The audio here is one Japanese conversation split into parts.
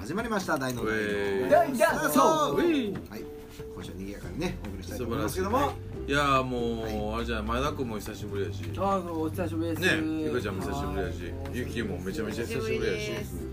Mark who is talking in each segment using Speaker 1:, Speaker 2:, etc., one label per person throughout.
Speaker 1: 始まりました大の大
Speaker 2: ウェ
Speaker 1: の
Speaker 2: イ
Speaker 1: 大の大
Speaker 2: そうウェイ
Speaker 1: はい今週は賑やかにねお送りしたいと
Speaker 2: 素
Speaker 1: 思い
Speaker 2: 晴
Speaker 1: ま
Speaker 2: ら
Speaker 1: す
Speaker 2: し
Speaker 1: け
Speaker 2: い
Speaker 1: ども、
Speaker 2: いやーもうあれじゃない前田君も久しぶりやしね
Speaker 3: ああお久しぶりです
Speaker 2: ゆかちゃんも久しぶりやしゆきもめちゃめちゃ久しぶりやし
Speaker 4: 久し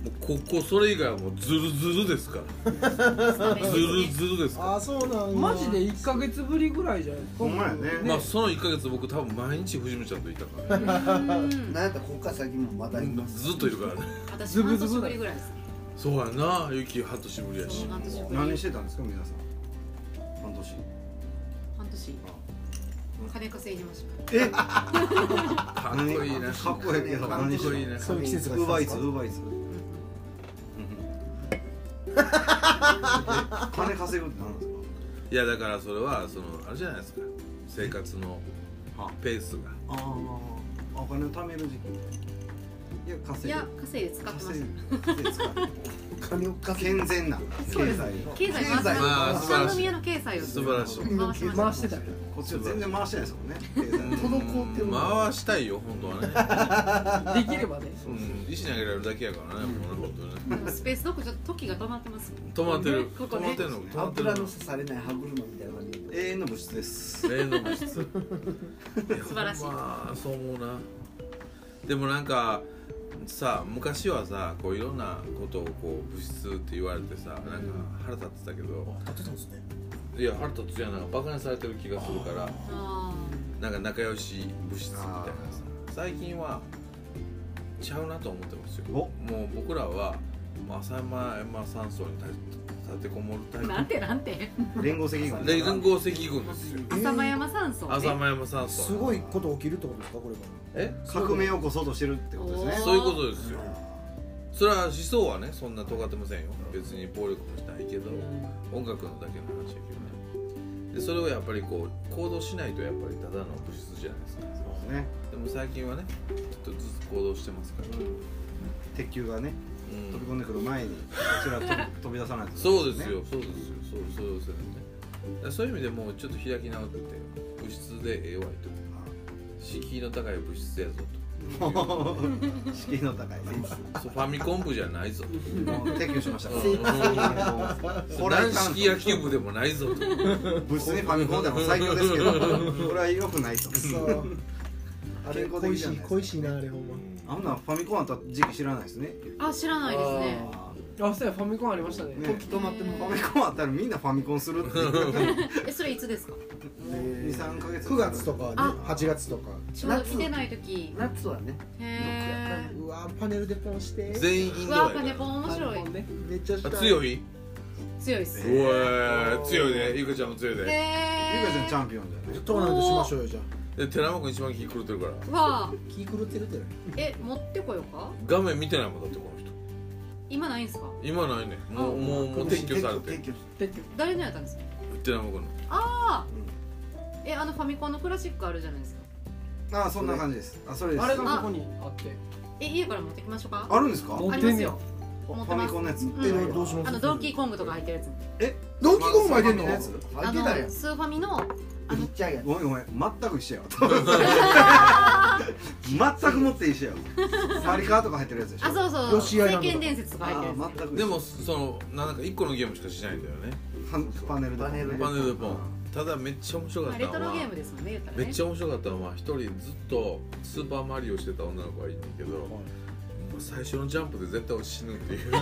Speaker 2: もうここそれ以外はもうズルズルですからズルズルですか
Speaker 1: あそうなん
Speaker 3: マジで一ヶ月ぶりぐらいじゃないですか
Speaker 1: ほんまやね
Speaker 2: らまあその1ヶ月僕多分毎日藤本ちゃんといたからね
Speaker 5: なんやったらこっから先もまた行きます
Speaker 2: ずっといるからね
Speaker 4: 私半年ぶりぐらいですね
Speaker 2: そうやなゆき半年ぶりやし
Speaker 4: 半年ぶり
Speaker 1: 何してたんですか皆さん半年
Speaker 4: 半年金稼いでまし
Speaker 2: かっこいいな
Speaker 1: かっこいいけど
Speaker 2: かっ
Speaker 1: 何して
Speaker 2: こ
Speaker 1: た
Speaker 2: いいな
Speaker 5: そういう季節が
Speaker 1: ウー
Speaker 5: 来た
Speaker 1: バーイーツ
Speaker 5: んですか
Speaker 1: ウーバーイーツ 金稼ぐって何なんです
Speaker 2: いやだからそれはそのあれじゃないですか生活の
Speaker 1: かは
Speaker 2: ペースが
Speaker 1: あああお金を貯める時期いや
Speaker 4: た
Speaker 1: 稼ぐ
Speaker 4: いや稼いで使ってま
Speaker 1: 稼
Speaker 4: し
Speaker 1: ぐ
Speaker 4: た
Speaker 1: 稼ぐ使 う
Speaker 5: お金を稼
Speaker 1: 健全な
Speaker 4: そうで
Speaker 1: 経
Speaker 4: す
Speaker 1: 済を
Speaker 4: 経済回して
Speaker 2: まあ素晴
Speaker 4: 三
Speaker 2: らしい
Speaker 4: 宮の経済を
Speaker 2: 素晴らしい
Speaker 4: 回してました
Speaker 3: 回してたよ
Speaker 1: こっちは全然回してないですもんね経済を
Speaker 5: 滞ってる
Speaker 2: 回したいよ本当はね
Speaker 3: できればね
Speaker 2: うん石投げられるだけやからねもうね本当にね
Speaker 4: でもスペースドッグちょっと時が止まってます
Speaker 2: 止まってる
Speaker 4: ここ
Speaker 2: 止ま
Speaker 4: ね
Speaker 2: ってるの
Speaker 5: ぐ
Speaker 2: 止まって
Speaker 5: 油
Speaker 2: る
Speaker 5: の刺されない歯車みたいな感じで
Speaker 1: 永遠の物質 です
Speaker 2: 例の物質素
Speaker 4: 素晴らしい
Speaker 2: まあそう思うなでもなんかさ昔はさこういろんなことをこう物質って言われてさなんか腹立ってたけど
Speaker 5: 当てたんですね
Speaker 2: いや腹立つやんなんかバカにされてる気がするから
Speaker 4: あ
Speaker 2: なんか仲良し物質みたいなさ最近はちゃうなと思ってますよ
Speaker 1: お
Speaker 2: もう僕らはもう浅間山山荘に立て立てこもるタ
Speaker 4: ーなん
Speaker 2: イ
Speaker 4: てなんて
Speaker 1: 連合赤軍
Speaker 2: プ連合赤軍ですよ
Speaker 4: 浅間山山荘ね
Speaker 2: 浅間山山荘
Speaker 5: すごいこと起きるってことですかこれか
Speaker 2: え
Speaker 1: 革命を起こそうとしてるってことですね
Speaker 2: そういうことですよそれは思想はねそんな尖ってませんよ別に暴力もしたいけど音楽のだけの話やけどねでそれをやっぱりこう行動しないとやっぱりただの物質じゃないですか
Speaker 1: そうね
Speaker 2: でも最近はねちょっとずつ行動してますから、
Speaker 1: 鉄球がね
Speaker 2: うん
Speaker 1: 飛び込んでくる前にこちらは飛び飛び出さないと
Speaker 2: そうですよ、そうですよ、そうそうですよね。だからそういう意味でもうちょっと開き直って、物質でええわいと。敷居の高い物質やぞ
Speaker 1: ね 敷居の高いね
Speaker 2: と。そうファミコン部じゃないぞと。
Speaker 1: もう撤去しました
Speaker 2: うん
Speaker 1: これ
Speaker 2: 軟式野球部でもないぞと。
Speaker 1: 物質にファミコンでも最強ですけどこれは良くないと
Speaker 5: そう あれ
Speaker 1: 健康的
Speaker 5: 恋
Speaker 1: じゃ
Speaker 5: し
Speaker 1: ない
Speaker 5: い
Speaker 1: ですか
Speaker 5: 恋しいなあれほんま
Speaker 1: あんなファミコンあった時期知らないですね
Speaker 4: あ知らないですね
Speaker 1: あ
Speaker 3: あそうやファミコンありましたね
Speaker 1: ね
Speaker 3: 時止まって
Speaker 1: ーフ
Speaker 3: も
Speaker 1: ァミコンあったらみんなファミコンするって いう
Speaker 4: えそれいつですか
Speaker 1: 23か月
Speaker 5: 9月とかね
Speaker 4: あ
Speaker 5: 8月とか
Speaker 4: ちょうど来てない時
Speaker 5: 夏はね
Speaker 4: へえ
Speaker 5: うわパネルでポンして
Speaker 2: 全員イン
Speaker 4: う
Speaker 2: ド
Speaker 4: わ
Speaker 2: やか
Speaker 4: パネポン
Speaker 2: ら。
Speaker 4: 面白い
Speaker 3: ファミコンね
Speaker 5: めっちゃした
Speaker 2: あ
Speaker 5: い
Speaker 2: 強い。
Speaker 4: 強いっす
Speaker 2: おえ、強いね。ゆかちゃんも強い
Speaker 4: へ
Speaker 2: ね。
Speaker 1: ゆかちゃんチ
Speaker 4: え
Speaker 1: ャンピオンじゃない
Speaker 5: トーナメントしましょうよじゃあ
Speaker 2: で寺間君一番気狂ってるから。
Speaker 4: わあ
Speaker 5: 気狂ってるってね
Speaker 4: え持ってこようか
Speaker 2: 画面見てないもんだってこの人。
Speaker 4: 今ないんすか
Speaker 2: 今ないね。もうもうもう撤去されて
Speaker 5: 撤。去
Speaker 3: 撤去
Speaker 4: 誰のやったんですか
Speaker 2: 寺間君の。
Speaker 4: ああえあのファミコンのクラシックあるじゃないですか
Speaker 1: ああそんな感じですあそれです
Speaker 3: あれがここにあって
Speaker 4: え家から持ってきましょうか
Speaker 1: あるんですか
Speaker 3: 持
Speaker 4: あ
Speaker 3: っ
Speaker 4: り
Speaker 3: て
Speaker 4: ま
Speaker 3: ん
Speaker 4: す
Speaker 3: ね
Speaker 4: よ
Speaker 3: よ
Speaker 4: 持
Speaker 1: フ
Speaker 4: って
Speaker 1: ァ
Speaker 4: ま
Speaker 1: ミ
Speaker 4: す
Speaker 1: コンのやつ
Speaker 4: うん
Speaker 5: えどうします
Speaker 4: あのドンキーコングとか入ってるやつ
Speaker 5: ドンキーコング入ってんの
Speaker 1: ファミコンのやつ
Speaker 4: あのスーファミのあの
Speaker 5: ちっちゃいやつ
Speaker 1: ごめんごめん全く一緒やわ全く持って一緒やわマリカーとか入ってるやつでしょ
Speaker 4: あ
Speaker 1: う
Speaker 4: そうそう
Speaker 5: ヨシアイ
Speaker 4: 聖
Speaker 5: ランド
Speaker 4: 剣伝説とか入ってるや
Speaker 1: 全
Speaker 4: つ
Speaker 1: く一緒
Speaker 2: でもそのなんか一個のゲームしかしないんだよね。
Speaker 1: はパネルで
Speaker 5: パネルで
Speaker 2: パネルでポン。ただめっちゃ面白か
Speaker 4: ま
Speaker 2: った
Speaker 4: あレ
Speaker 2: のは。
Speaker 4: トロゲームですもんね言ったらね
Speaker 2: めっちゃ面白かったのは一人ずっとスーパーマリオしてた女の子がいるんだけど、もう最初のジャンプで絶対死ぬっていう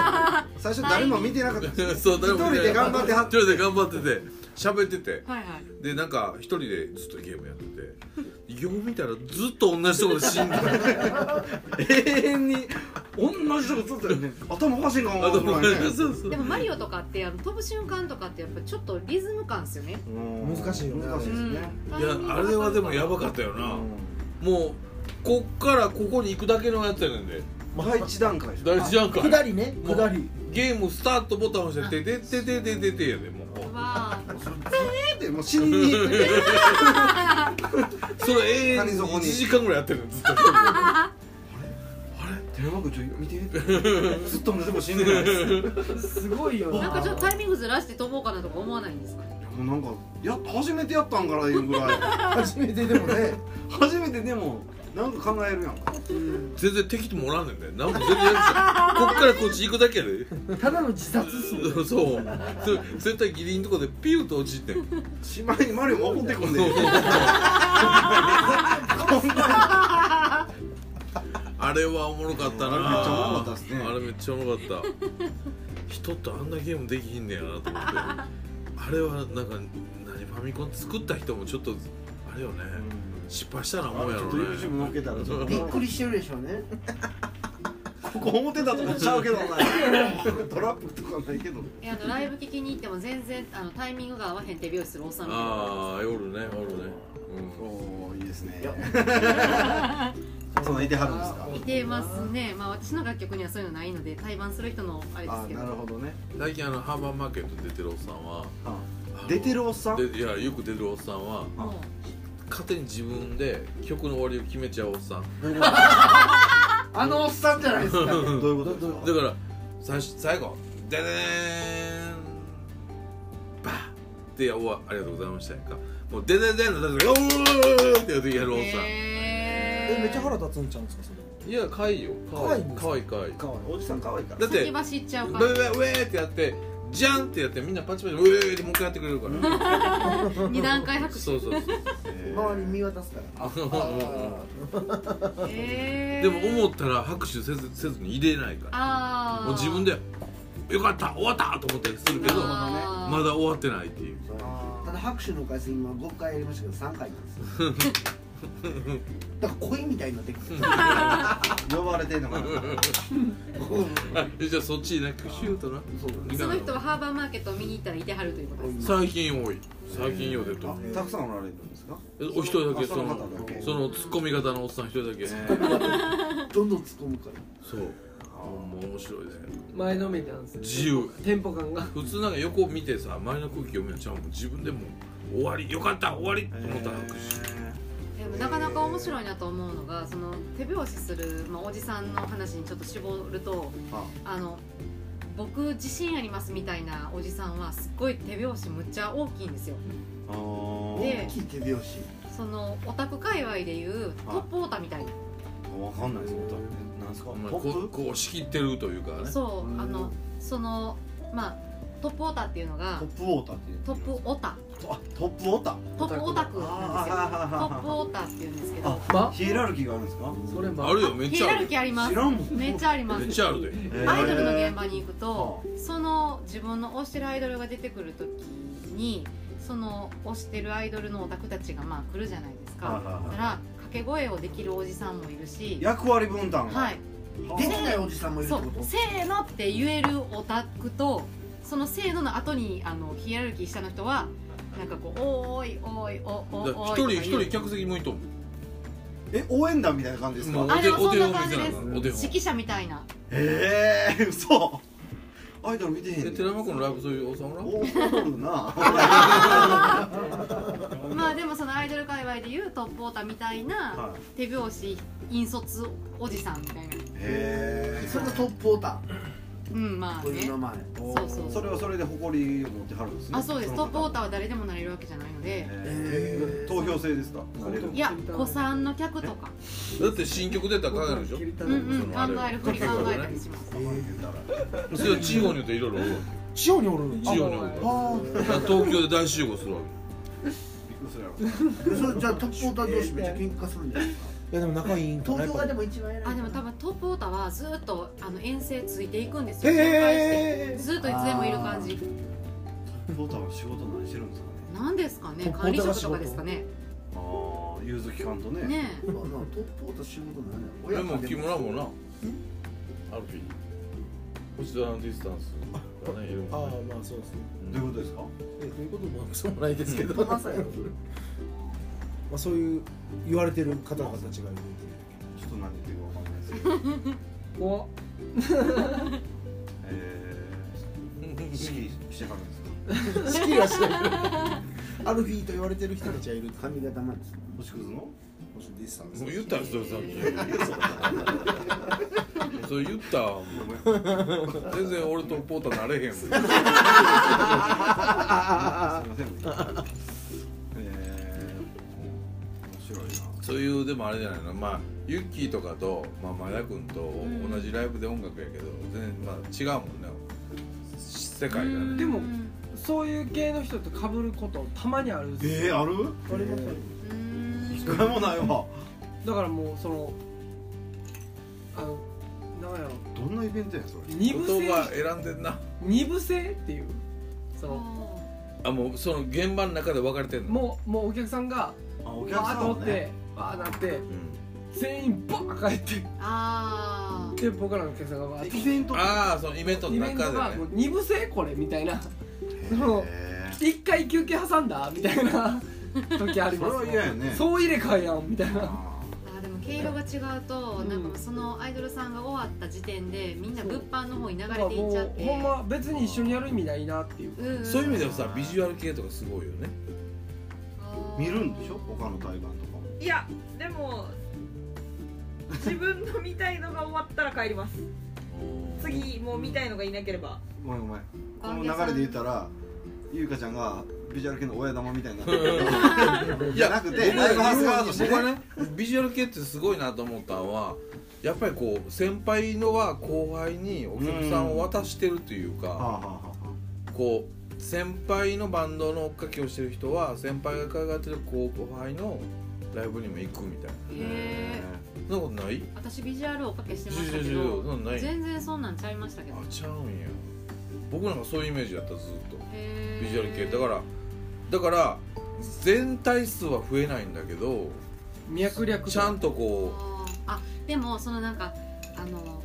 Speaker 1: 最初誰も見てなかったです
Speaker 2: そう誰も見
Speaker 1: 一人
Speaker 2: て
Speaker 1: で
Speaker 2: な
Speaker 1: 頑張っては
Speaker 2: 一
Speaker 1: って
Speaker 2: 人で頑張ってて喋ってて
Speaker 4: はいはい
Speaker 2: でなんか一人でずっとゲームやっててよう見たらずっと同じとこで死んで る
Speaker 1: 永遠に同じとこずっとやってる頭おかしいんかも
Speaker 2: あと
Speaker 1: ぐらいね
Speaker 2: そうそう
Speaker 4: でもマリオとかってあの飛ぶ瞬間とかってやっぱちょっとリズム感ですよね
Speaker 1: うん
Speaker 5: 難しいよね
Speaker 1: 難しいですね
Speaker 2: いやあれはでもやばかったよ
Speaker 1: う
Speaker 2: な、
Speaker 1: ん
Speaker 2: もうこっからここに行くだけのやつやねんで
Speaker 1: 第一段階でしょ
Speaker 2: 大事じゃんか
Speaker 5: 下りね
Speaker 2: もう
Speaker 5: 下り
Speaker 2: ゲームスタートボタン押して「てててててて」やでもう
Speaker 4: わ
Speaker 1: でもう死にに行って
Speaker 2: それ永遠に
Speaker 1: 谷底
Speaker 2: 1
Speaker 1: に
Speaker 2: 時間ぐらいやってるのずっと
Speaker 1: あれ寺間君ちょ見てずっと同じとこ死んでないです
Speaker 3: すごいよ
Speaker 4: あなんかちょっと
Speaker 3: タ
Speaker 4: タ
Speaker 3: イ
Speaker 4: イミングずらして飛ぼうかなとか思わないんですかね
Speaker 1: もうなんかやっと初めてやったんからいうぐらい
Speaker 5: 初めてでもね
Speaker 1: 初めてでもなんか考えるやんか
Speaker 5: うん
Speaker 2: 全然敵ともおらんねんでなんも全然やるじゃんこっからこっち行くだけやで
Speaker 3: ただの自殺っすもん
Speaker 2: そうそう絶対ギリのとこでピューと落ちてん
Speaker 1: しまいにマリオも怒ってくんで
Speaker 2: あれはおもろかったな
Speaker 1: あれめっちゃおもろかったっすね
Speaker 2: あれめっちゃおもろかった人ってあんなゲームできひんねやなと思ってあれはなんか何ファミコン作った人もちょっとあれよね、失敗したらもうやろ
Speaker 1: ちょっと
Speaker 2: うね
Speaker 1: YouTube 乗っけたらちょっと
Speaker 5: びっくりしてるでしょうね
Speaker 1: ここ思ってたとかちゃうけどなトラップとかないけど
Speaker 4: いやあのライブ聞きに行っても全然あのタイミングが合わへん手拍子するおっさんみたいな
Speaker 2: ああ夜ね夜ね、
Speaker 1: おーいいですね そんないてはるんですか
Speaker 4: いてますねまあ私の楽曲にはそういうのないので対バンする人のあれで
Speaker 1: あ
Speaker 4: すけ
Speaker 1: ー
Speaker 4: ど
Speaker 1: なるほどね
Speaker 2: うん、最近あのハーバーマーケット出てるおっさんは
Speaker 1: あ
Speaker 2: あの
Speaker 1: 出てるおっさん
Speaker 2: でいやよく出てるおっさんは
Speaker 1: ど
Speaker 4: も
Speaker 2: 勝手に自分で曲の終わりを決めちゃうおっさん
Speaker 5: あのおっさんじゃないですか
Speaker 1: どういうことですか
Speaker 2: だから最初最後「ででーんバッ!」って「おわありがとうございました」やんかもう「でででーん」って「おー!」ってやってやる
Speaker 4: う
Speaker 2: おっさん
Speaker 4: え
Speaker 5: えめっちゃ腹立つんちゃうんですかそれ
Speaker 2: いやかわいいよかわいいかわいいかわいい
Speaker 5: かわい
Speaker 1: おじさん可愛いから
Speaker 2: だって
Speaker 4: 先走っちゃう
Speaker 2: ウェ
Speaker 4: か
Speaker 2: ウ
Speaker 4: ら
Speaker 2: ェウェってやって「じゃん!」ってやってみんなパチパチ「ウェー!」ってもう一回やってくれるから
Speaker 4: 二段階拍手
Speaker 2: そうそうそう
Speaker 5: 周り見渡すから
Speaker 4: え
Speaker 2: で
Speaker 4: ー
Speaker 2: も思ったら拍手せずせずに入れないから
Speaker 4: ああ
Speaker 2: もう自分で「よかった終わった!」と思ったりするけどま
Speaker 4: あー
Speaker 2: だ終わってないっていう
Speaker 5: ただ拍手の回数今5回やりましたけど3回なんですよ だから恋みたいになってくる
Speaker 1: 呼ばれてんのかな
Speaker 2: じゃあそっちなくシュートな
Speaker 5: そう
Speaker 4: その人はハーバーマーケットを見に行ったらいてはるということです
Speaker 2: 最近多い最近よ出てる
Speaker 1: あたくさんおられるんですか
Speaker 2: えお一人だけ
Speaker 1: あ
Speaker 2: そ
Speaker 1: その
Speaker 2: の
Speaker 1: 方だけ
Speaker 2: そのツッコミ型のおっさん一人だけ そう
Speaker 5: どんどん突っ込むから
Speaker 2: もう面白いですね
Speaker 3: 前のめりなんですよ
Speaker 2: 自由
Speaker 3: テンポ感が
Speaker 2: 普通なんか横見てさ周りの空気読めちゃうもん自分でもう終わりよかった終わりと思ったら拍手
Speaker 4: でもなかなか面白いなと思うのがその手拍子する、まあ、おじさんの話にちょっと絞ると
Speaker 1: あ
Speaker 4: あの僕自信ありますみたいなおじさんはすっごい手拍子むっちゃ大きいんですよ
Speaker 1: あー
Speaker 4: で
Speaker 5: 大きい手拍子
Speaker 4: そのオタク界隈でいうトップオタみたいな
Speaker 1: わかんないですねなんですか
Speaker 2: お前
Speaker 1: ポ
Speaker 2: こ
Speaker 1: ップ
Speaker 2: こう仕切ってるというかね
Speaker 4: そうあ
Speaker 1: う
Speaker 4: の
Speaker 1: ん
Speaker 4: そのまあトップオタっていうのが
Speaker 1: トップウォーターっていう
Speaker 4: トップオタ
Speaker 1: あトップオタ
Speaker 4: トップオタクなんですよトップ
Speaker 1: あ
Speaker 4: オタっていうんですけ
Speaker 1: あ
Speaker 4: ど
Speaker 3: ま
Speaker 1: ヒエラルキーがあるんですか
Speaker 3: それま
Speaker 2: あるよめっ
Speaker 4: ヒ
Speaker 2: ち
Speaker 4: エ
Speaker 2: ゃあ
Speaker 4: ラ
Speaker 2: る
Speaker 4: ルキーあります
Speaker 1: 知らんもん
Speaker 4: めっちゃありま
Speaker 2: めっ
Speaker 4: す
Speaker 2: ちゃあるで
Speaker 1: えー
Speaker 4: アイドルの現場に行くと、
Speaker 1: は
Speaker 4: その自分の推してるアイドルが出てくる時にその推してるアイドルのオタクたちがまあ来るじゃないです
Speaker 1: はい
Speaker 4: か
Speaker 1: はい
Speaker 4: だ
Speaker 1: はい
Speaker 4: から掛け声をできるおじさんもいるし
Speaker 1: 役割分担が
Speaker 4: はい
Speaker 5: 出てないおじさんもいるっ
Speaker 4: そ
Speaker 5: て
Speaker 4: う
Speaker 5: こ
Speaker 4: 「
Speaker 5: と
Speaker 4: せーの」って言えるオタクとその「せーの」の後にあのヒエラルキー下の人はなんかこう「おーいおーいおーお
Speaker 2: だか
Speaker 4: ー
Speaker 2: ら
Speaker 4: お
Speaker 2: 一
Speaker 4: ー
Speaker 2: 人
Speaker 4: い」
Speaker 2: 一人客席向いとん
Speaker 1: え応援団みたいな感じです
Speaker 2: も
Speaker 1: か
Speaker 2: う
Speaker 4: あでもそんな感じ
Speaker 2: お手
Speaker 4: で
Speaker 2: 本
Speaker 4: す
Speaker 2: 見せなお手本
Speaker 4: 指揮者みたいな
Speaker 1: ええー、嘘アイドル見てへん
Speaker 2: え寺山君のライブそういうおっさんおらん
Speaker 1: おーな
Speaker 4: まあでもそのアイドル界隈でいうトップオータみたいな
Speaker 1: は
Speaker 4: 手拍子引率おじさんみたいな
Speaker 1: へ
Speaker 5: それがトップオータ
Speaker 4: うんまあ
Speaker 5: ーとい
Speaker 4: ね
Speaker 5: う名前
Speaker 1: ー
Speaker 4: そうそう
Speaker 1: それはそれで誇りを持ってはるんですね
Speaker 4: あそうですトップオータ
Speaker 1: ー
Speaker 4: ーは誰でもなれるわけじゃないので
Speaker 1: えー、投票制ですか
Speaker 3: あれ
Speaker 4: いや子さんの客と
Speaker 2: だ
Speaker 4: か
Speaker 2: って新曲出たら考えるでしょ
Speaker 4: うんうん考
Speaker 2: あれ
Speaker 4: えるふり考えたりします
Speaker 2: それは地方によっていろいろ
Speaker 5: 地方におるん
Speaker 2: 地方によって東京で大集合するわ
Speaker 1: びっくりするやろ
Speaker 5: それじゃあトップオーター同士めっちゃ喧嘩するんじゃないですか
Speaker 6: いやでも仲いいんかな
Speaker 5: 東
Speaker 6: やっ
Speaker 5: 京
Speaker 6: ぱ
Speaker 5: がでも一番偉い
Speaker 4: あでも多
Speaker 5: 分
Speaker 4: 分トップオーターはずっとあの遠征ついていくんですよ
Speaker 6: へー
Speaker 4: ずっといつでもいる感じ
Speaker 1: トップオーターは仕事何してるんですかね
Speaker 4: なんですかね
Speaker 6: トップオ
Speaker 4: 管
Speaker 6: ー
Speaker 4: 理
Speaker 6: ターが
Speaker 4: 職
Speaker 6: 仕
Speaker 4: と
Speaker 6: 事
Speaker 4: かですかね
Speaker 1: ああ融通きかんとね
Speaker 4: ね
Speaker 5: トップオーター仕事なん
Speaker 2: けで
Speaker 5: や親
Speaker 2: も
Speaker 5: 子
Speaker 2: 木村もなある日星空のディスタンスがねいる
Speaker 6: あ
Speaker 2: もんね
Speaker 6: あまあそうですね
Speaker 1: どういうことですか
Speaker 6: えどういうこともそうもないですけど
Speaker 5: ま
Speaker 6: ま
Speaker 5: さやろ
Speaker 6: あそういう言われてる方々たちがいるっていう
Speaker 1: ちょっと何言ってるかわかんないですけど
Speaker 3: 怖っ
Speaker 1: えー、指揮してはるんですか
Speaker 6: 好きはしてるアルフィーと言われてる人たちがいるって
Speaker 5: 髪型なんです
Speaker 1: 星屑の
Speaker 6: もしディスタンス
Speaker 2: もう言ったよそれさっきそれ言ったわもう全然俺とポーターなれへんもん
Speaker 1: すいません。えー面白いな。
Speaker 2: そういうでもあれじゃないのまあユッキーとかと、まあ、前田君と
Speaker 4: ん
Speaker 2: 同じライブで音楽やけど全然、まあ、違うもんね世界がね
Speaker 3: でもそういう系の人と被ることたまにあるんです
Speaker 1: え
Speaker 3: よ
Speaker 1: ー、ある
Speaker 3: ありますあります
Speaker 1: 一回もないわ
Speaker 3: だからもうそのあのなんやろ
Speaker 1: どんなイベントやそれ
Speaker 3: 二部
Speaker 2: 言葉
Speaker 3: 制
Speaker 2: 選んでんな
Speaker 3: 二部制っていうその
Speaker 2: あもうその現場の中で分かれてんの
Speaker 3: もうもうお客さんが
Speaker 1: あ
Speaker 3: わ
Speaker 1: お客
Speaker 3: ー
Speaker 1: さ
Speaker 3: っと
Speaker 1: ん
Speaker 3: おっ
Speaker 1: は
Speaker 3: て
Speaker 1: ね
Speaker 3: わーなって
Speaker 2: うん
Speaker 3: 全員バーッ帰っ
Speaker 4: あ
Speaker 3: てで僕らのお客さんがわーっ
Speaker 1: イベント
Speaker 2: ああそのイベント
Speaker 3: と
Speaker 2: の
Speaker 3: イベント
Speaker 2: 中
Speaker 3: が
Speaker 2: で
Speaker 3: もう
Speaker 2: ね
Speaker 3: 二部制これみたいな
Speaker 1: へ
Speaker 3: その
Speaker 1: ー
Speaker 3: 一回休憩挟んだみたいな時あります
Speaker 1: それは嫌やね
Speaker 3: そう入れ替えやんみたいな
Speaker 1: あ
Speaker 4: ーあーでも毛色が違うと、
Speaker 3: うん
Speaker 4: なんかそのアイドルさんが終わった時点でみんな物販の方に流
Speaker 3: だ
Speaker 4: れ
Speaker 3: から
Speaker 4: ていっちゃっ
Speaker 3: もう
Speaker 4: て
Speaker 3: ほんま別に一緒にやる意味ないなっていう
Speaker 4: うんん
Speaker 2: そういう意味ではさビジュアル系とかすごいよね
Speaker 4: あ
Speaker 1: ー
Speaker 4: ー
Speaker 1: 見るんでしょ他の対岸とかも
Speaker 7: いやでも自分の見たいのが終わったら帰ります次もう見たいのがいなければ
Speaker 1: ごめんごめんこの流れで言ったら優香ちゃんがビジュアル系の親玉みたいになってる
Speaker 2: い
Speaker 1: じゃなくてライブハウス側として
Speaker 2: 僕は
Speaker 1: ね
Speaker 2: ねビジュアル系ってすごいなと思ったのはやっぱりこう先輩のは後輩にお客さんを渡してるという
Speaker 1: はあは
Speaker 2: か
Speaker 1: あは
Speaker 2: こう先輩のバンドの追っかけをしてる人は先輩が伺ってる後輩のライブにも行くみたいな
Speaker 4: へ
Speaker 1: あ
Speaker 4: え
Speaker 2: そんなことない
Speaker 4: 私ビジュアルおかけしてましたけ
Speaker 2: 重々そ
Speaker 4: ど
Speaker 2: んなんないあ
Speaker 4: 全然そんなんちゃいましたけどへ
Speaker 2: ちゃうんや僕なんかそういうイメージだったずっと
Speaker 4: え
Speaker 2: ビジュアル系だからだから全体数は増えないんだけど
Speaker 3: 脈略
Speaker 2: ちゃんとこ
Speaker 4: あーあでもそのなんかあの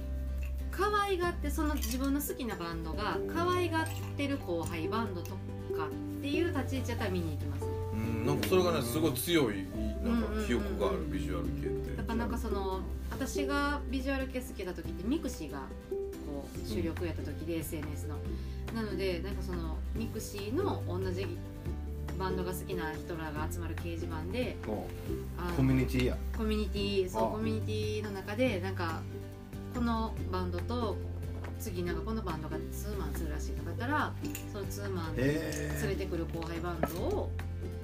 Speaker 4: 可愛がってその自分の好きなバンドが可愛がってる後輩バンドとかっていう立ち位置やったら見に行きますね
Speaker 2: ううんなんかそれがねすごい強いなんか記憶があ
Speaker 4: うんうんう
Speaker 2: る
Speaker 4: ん
Speaker 2: ビジュアル系って
Speaker 4: やっぱなんかその私がビジュアル系好きだ時ってミクシーがこう主力やった時で SNS のなのでなんかそのミクシーの同じバンドが好きな人らが集まる掲示板で
Speaker 1: も
Speaker 4: あ
Speaker 1: う
Speaker 4: の
Speaker 1: コミュニティや
Speaker 4: コミュニティそ
Speaker 1: あ
Speaker 4: うコミュニティの中でなんかこのバンドと次なんかこのバンドがツーマンするらしいとかだったらそのツーマン連
Speaker 1: へ
Speaker 4: れてくる後輩バンドを、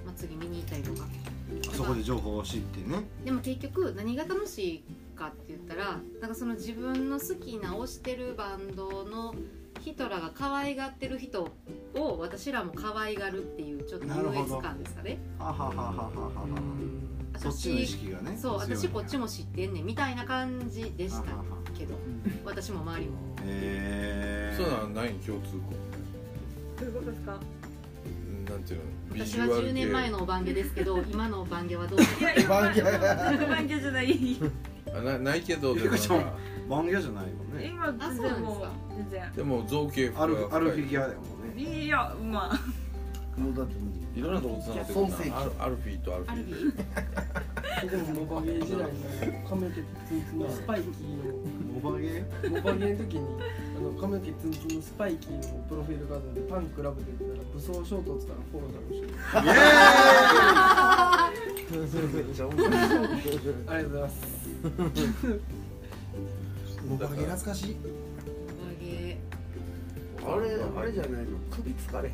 Speaker 4: まあ、次見に行ったりとか
Speaker 1: ーそこで情報を知ってね
Speaker 4: でも結局何が楽しいかって言ったらなんかその自分の好きな推してるバンドの人らが可愛がってる人を私らも可愛がるっていうちょっと優
Speaker 1: なるほど
Speaker 4: 越感ですかね
Speaker 1: はあはあはあはあはあはあそっちの意識がね
Speaker 4: そう
Speaker 1: 強い
Speaker 4: 私こっちも知ってんねんみたいな感じでした
Speaker 1: はあはあは
Speaker 4: けど私も周りも
Speaker 1: へえ
Speaker 2: そういうのはない共通項
Speaker 7: どういうことですか
Speaker 2: うんなんていうのビ
Speaker 4: 私
Speaker 2: ジ
Speaker 4: は
Speaker 2: ュアル系
Speaker 4: 10年前のお番ゲですけ ど今のお番ゲはどうです
Speaker 7: い
Speaker 4: か
Speaker 7: や今
Speaker 6: 番犬
Speaker 7: 番犬じゃない
Speaker 2: あなないけどで
Speaker 1: ゆか
Speaker 2: もなん
Speaker 1: ちゃん
Speaker 2: か
Speaker 1: 番屋じゃないもんね
Speaker 7: 今全然もう
Speaker 4: あ
Speaker 7: 全然
Speaker 2: でも造形
Speaker 1: あ
Speaker 2: が
Speaker 1: るあるフ
Speaker 2: 深
Speaker 1: ィ
Speaker 2: い
Speaker 1: ギュアだもんね
Speaker 7: いやまあ
Speaker 5: もうだっても う
Speaker 2: いろんなとこつながってくる
Speaker 5: いや創世記
Speaker 2: なアルアルフィーとアルフ
Speaker 4: アル
Speaker 2: ィ
Speaker 4: ビ
Speaker 2: ー
Speaker 4: ー
Speaker 3: でもモバゲー時代の髪の毛ツンツンのスパイキー
Speaker 1: おばげ
Speaker 3: のモバゲーの時にあの髪の毛ツンツンのスパイキーのプロフィール画像でパンクラブで言ったら武装衝突からフォローされましたありがとうございます
Speaker 6: もうバゲ懐かしい
Speaker 4: お番ゲ
Speaker 5: あれあれじゃないの首疲れへんの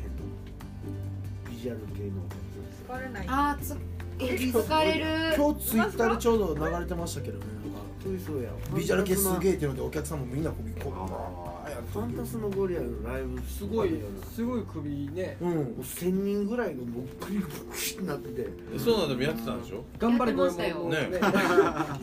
Speaker 5: ビジュアル系のお客さん
Speaker 7: 疲れない
Speaker 4: あーつえ疲れる
Speaker 6: 今日ツイッターでちょうど流れてましたけどねなんか
Speaker 5: 本当にそうや
Speaker 6: ビジュアル系すげ
Speaker 5: え
Speaker 6: えっていうのでお客さんもみんなこびこ
Speaker 1: あー
Speaker 5: ファンタスのゴリラのライブ
Speaker 3: すごい
Speaker 5: よ
Speaker 3: すごい首ね
Speaker 6: う
Speaker 5: もうん1000人ぐらいがもうクリクリってなってて
Speaker 2: そうなんでもやってたんでしょ
Speaker 3: 頑張れゴエモンの
Speaker 2: やって
Speaker 3: ス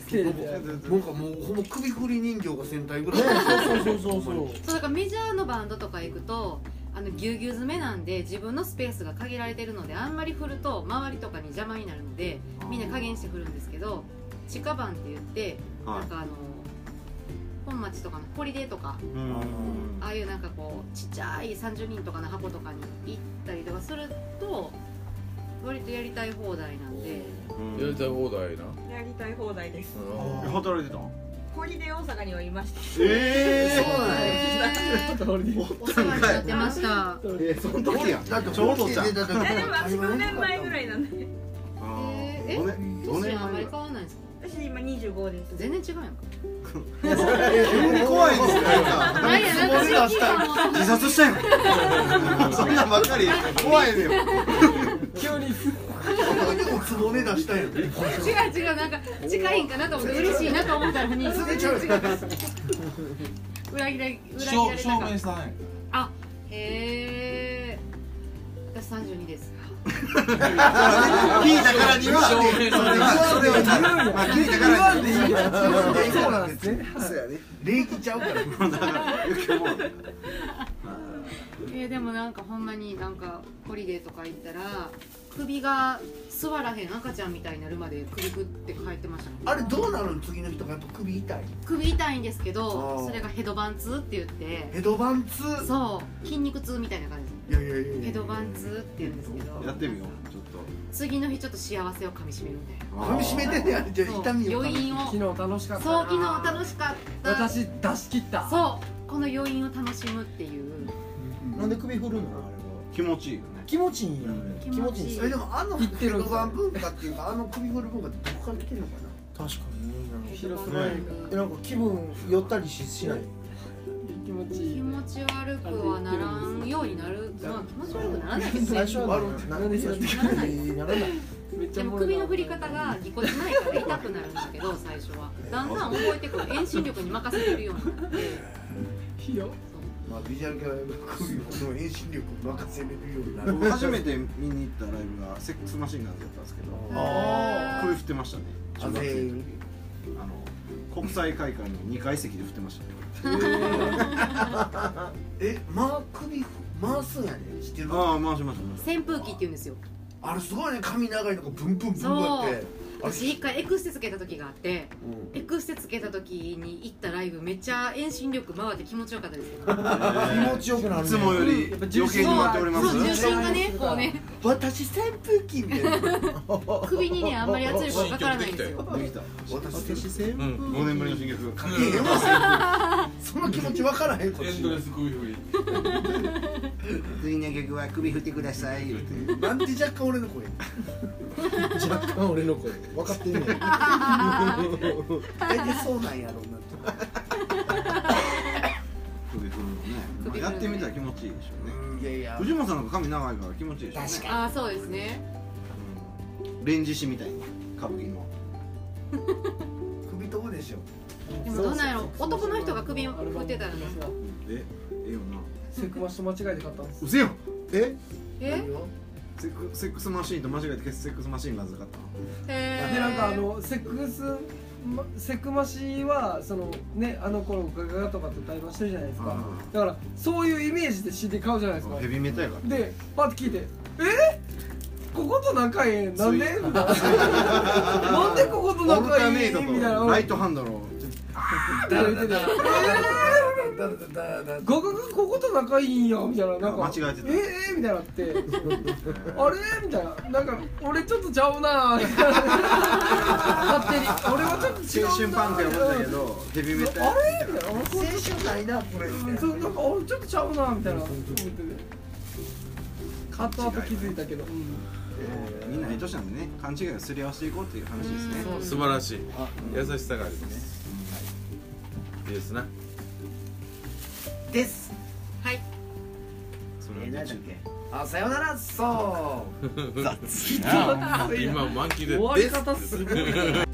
Speaker 3: テージで
Speaker 5: なんかもうほんま首振り人形が1000体ぐらい
Speaker 6: そうそうそうそう
Speaker 4: そうだからメジャーのバンドとか行くとあのぎゅうぎゅう詰めなんで自分のスペースが限られてるのであんまり振ると周りとかに邪魔になるのでみんな加減して振るんですけど地下番って言って
Speaker 1: は
Speaker 4: なん
Speaker 1: い
Speaker 4: かあの本町とかのホリデーとか
Speaker 1: うん
Speaker 4: ああいうなんかこうちっちゃい30人とかの箱とかに行ったりとかすると割とやりたい放題なんで
Speaker 1: うん
Speaker 2: やりたい放題な
Speaker 7: やりたい放題です
Speaker 2: うん
Speaker 1: 働いてたん
Speaker 7: ホリデー大阪にはいました
Speaker 1: ええ
Speaker 5: そうなんや
Speaker 4: えー
Speaker 3: 通りに
Speaker 4: お世話になってました
Speaker 1: えその時やん
Speaker 5: だって
Speaker 1: ちょうどじゃん
Speaker 5: 本気で出た時
Speaker 7: いやでも私5年前ぐらいなんで
Speaker 1: あー
Speaker 4: えー
Speaker 1: 五年五
Speaker 4: 年
Speaker 1: 年
Speaker 4: あんま
Speaker 1: 前
Speaker 4: り変わらないんですか
Speaker 7: 私今25です
Speaker 4: 全然違うやんか
Speaker 1: 急に怖いですね
Speaker 4: なんやなんか
Speaker 1: 自
Speaker 4: 正直かも
Speaker 1: 殺 したんやんそんなんばっかり怖いねよ
Speaker 3: 急に
Speaker 5: おつもね出したんやん
Speaker 4: 違う違うなんか近いんかなと思って嬉しいなと思ったのに全然違う裏切ら裏切られた
Speaker 2: 証
Speaker 4: か
Speaker 2: 明したない
Speaker 4: あへえ私三十二です
Speaker 5: 聞いたからには
Speaker 2: 証明
Speaker 5: それはそれはまあ聞いたからには
Speaker 3: そうなんですね
Speaker 5: そうやね礼儀ちゃうからだから余計もう
Speaker 4: えーでもなんかほんまになんかホリデーとか行ったら首が座らへん赤ちゃんみたいになるまで首くって帰ってましたね
Speaker 5: あれどうなるの次の人がやっぱ首痛い
Speaker 4: 首痛いんですけ
Speaker 5: あ
Speaker 4: ど
Speaker 5: ー
Speaker 4: それがヘドバン痛って言って
Speaker 5: ヘドバンツ
Speaker 4: そう筋肉痛みたいな感じ
Speaker 5: いやいやいやいや
Speaker 4: ヘドバン痛って言うんですけど
Speaker 2: やってみようちょっと
Speaker 4: 次の日ちょっと幸せをかみしめるみたいな
Speaker 5: 噛み締めてんねあれじゃあ
Speaker 4: そう
Speaker 5: 痛みを
Speaker 4: 余韻を
Speaker 3: 昨日楽しかった
Speaker 4: そう昨日楽しかった
Speaker 3: 私出し切った
Speaker 4: そうこの余韻を楽しむっていう
Speaker 6: なんで首振るのあれは
Speaker 1: 気持ちいいよね
Speaker 6: 気持ちいいんやあれ
Speaker 4: 気
Speaker 6: 気
Speaker 4: 持
Speaker 6: 持
Speaker 4: ち
Speaker 6: ち
Speaker 4: い
Speaker 6: い
Speaker 4: い
Speaker 6: いんす
Speaker 5: そ
Speaker 6: よ
Speaker 5: れでもあの
Speaker 3: 言って
Speaker 5: ヘ
Speaker 3: る
Speaker 5: ドバン文化っていうかあの首振る文化ってどこから来てんのかな
Speaker 6: 確かに
Speaker 3: 広く
Speaker 2: ない
Speaker 6: えなんか気分寄ったりししない
Speaker 3: 気持ちい
Speaker 4: 気
Speaker 3: い
Speaker 4: 持ち悪くはならんようになるまあ気持ち悪くならないけど
Speaker 6: 最
Speaker 4: ね
Speaker 6: 初は
Speaker 3: な
Speaker 6: な
Speaker 3: んでそれ
Speaker 6: ならないならない
Speaker 3: めっち
Speaker 4: で
Speaker 3: ゃ漏れた
Speaker 4: も首の振り方がぎこちないから痛くなるんだけど最初はだんだん覚えてくる遠心力に任せてるようになって
Speaker 3: ひよ
Speaker 5: まあビジュアル系は首の遠心力を任せれるよう になる
Speaker 1: 僕初めて見に行ったライブがセックスマシンガンズだったんですけど
Speaker 5: あ
Speaker 1: 首振ってましたね
Speaker 5: あ
Speaker 1: 中学
Speaker 5: 全
Speaker 1: 生
Speaker 5: 員
Speaker 1: あの国際会館の2階席で振ってましたね
Speaker 5: えまあ首回すんやね知ってる
Speaker 1: ああ回しました回し
Speaker 4: 扇風機って言うんですよ
Speaker 5: あれすごいね髪長いのがブンブンブンブンってあれ
Speaker 4: 私一回エクステつけた時があって
Speaker 5: うん
Speaker 4: エクステつけた時に行ったライブめっちゃ遠心力回って気持ちよかったです
Speaker 1: ました
Speaker 6: 気持ちよくな
Speaker 1: い
Speaker 6: るね
Speaker 1: つもより余計に回っております
Speaker 4: そう重心がねこうね
Speaker 5: 私扇風機みたいな
Speaker 4: 首にねあんまり圧力がかからないんですよ
Speaker 1: できた
Speaker 5: 私扇風
Speaker 2: うん
Speaker 6: 扇
Speaker 1: 5年ぶりの新曲
Speaker 5: 機いやいや 扇風機その気持ちわからへんこっ
Speaker 2: エ
Speaker 5: ち
Speaker 2: ンドレス首振り
Speaker 5: 次の曲は首振ってくだ さいなんで若干俺の声
Speaker 6: 若干俺の声分かってんねん
Speaker 5: 大体そうなんやろうなと
Speaker 1: 首振るのねまあやってみたら気持ちいいでしょうね
Speaker 5: うんいやいや
Speaker 1: 藤本さんなんか髪長いから気持ちいいでしょうね
Speaker 4: ああそうですね
Speaker 1: うんレンジ師みたいに歌舞伎の
Speaker 5: 首飛ぶでしょ
Speaker 4: でもどうなんやろ男の人が首振ってたらね
Speaker 1: えええよな
Speaker 3: セクマシと間違えて買ったんです
Speaker 1: うせよ
Speaker 6: え
Speaker 4: え
Speaker 5: 何を
Speaker 1: セックセックスマシーンと間違えてセックスマシーンがずかったの
Speaker 4: え
Speaker 3: でなんかあのセックスまセクマシはそのねあの頃ガガガとかって対話してるじゃないですか
Speaker 1: あ
Speaker 3: だからそういうイメージで CD 買うじゃないですか
Speaker 1: ヘビメタやから
Speaker 3: でパッて聞いて「えここと仲ええんなんで?」みたいな「なんでここと
Speaker 1: オルタ
Speaker 3: 仲
Speaker 1: ネ
Speaker 3: いい?」
Speaker 1: ート
Speaker 3: みたいな
Speaker 1: とライトハンドの
Speaker 3: 言ってた
Speaker 5: だだだだだ
Speaker 3: ガガガここと仲いいんやみたいななんか
Speaker 1: 間違えてた
Speaker 3: ええみたいなってあれみたいななんか俺ちょっとちゃう なみたいな勝手に俺はちょっと
Speaker 1: 青春
Speaker 3: 違うな
Speaker 1: パンクや思ったけどヘビメタや
Speaker 3: あれみたいな
Speaker 5: 青春ないなこれみたいな
Speaker 3: そうなんか俺ちょっとちゃうなみたいな思ってて買った後気づいたけど、
Speaker 1: みんな愛としなんでね勘違いをすり合わせていこうっていう話ですね
Speaker 4: うん
Speaker 2: 素晴らしい
Speaker 5: あ
Speaker 2: 優しさがあるねいいですな
Speaker 5: です
Speaker 4: はい
Speaker 1: そ
Speaker 5: え
Speaker 1: れ
Speaker 5: ー
Speaker 1: は
Speaker 5: なん
Speaker 1: ね
Speaker 5: だっけあさよならそう雑
Speaker 2: 今満期で
Speaker 3: 終わり方すごいな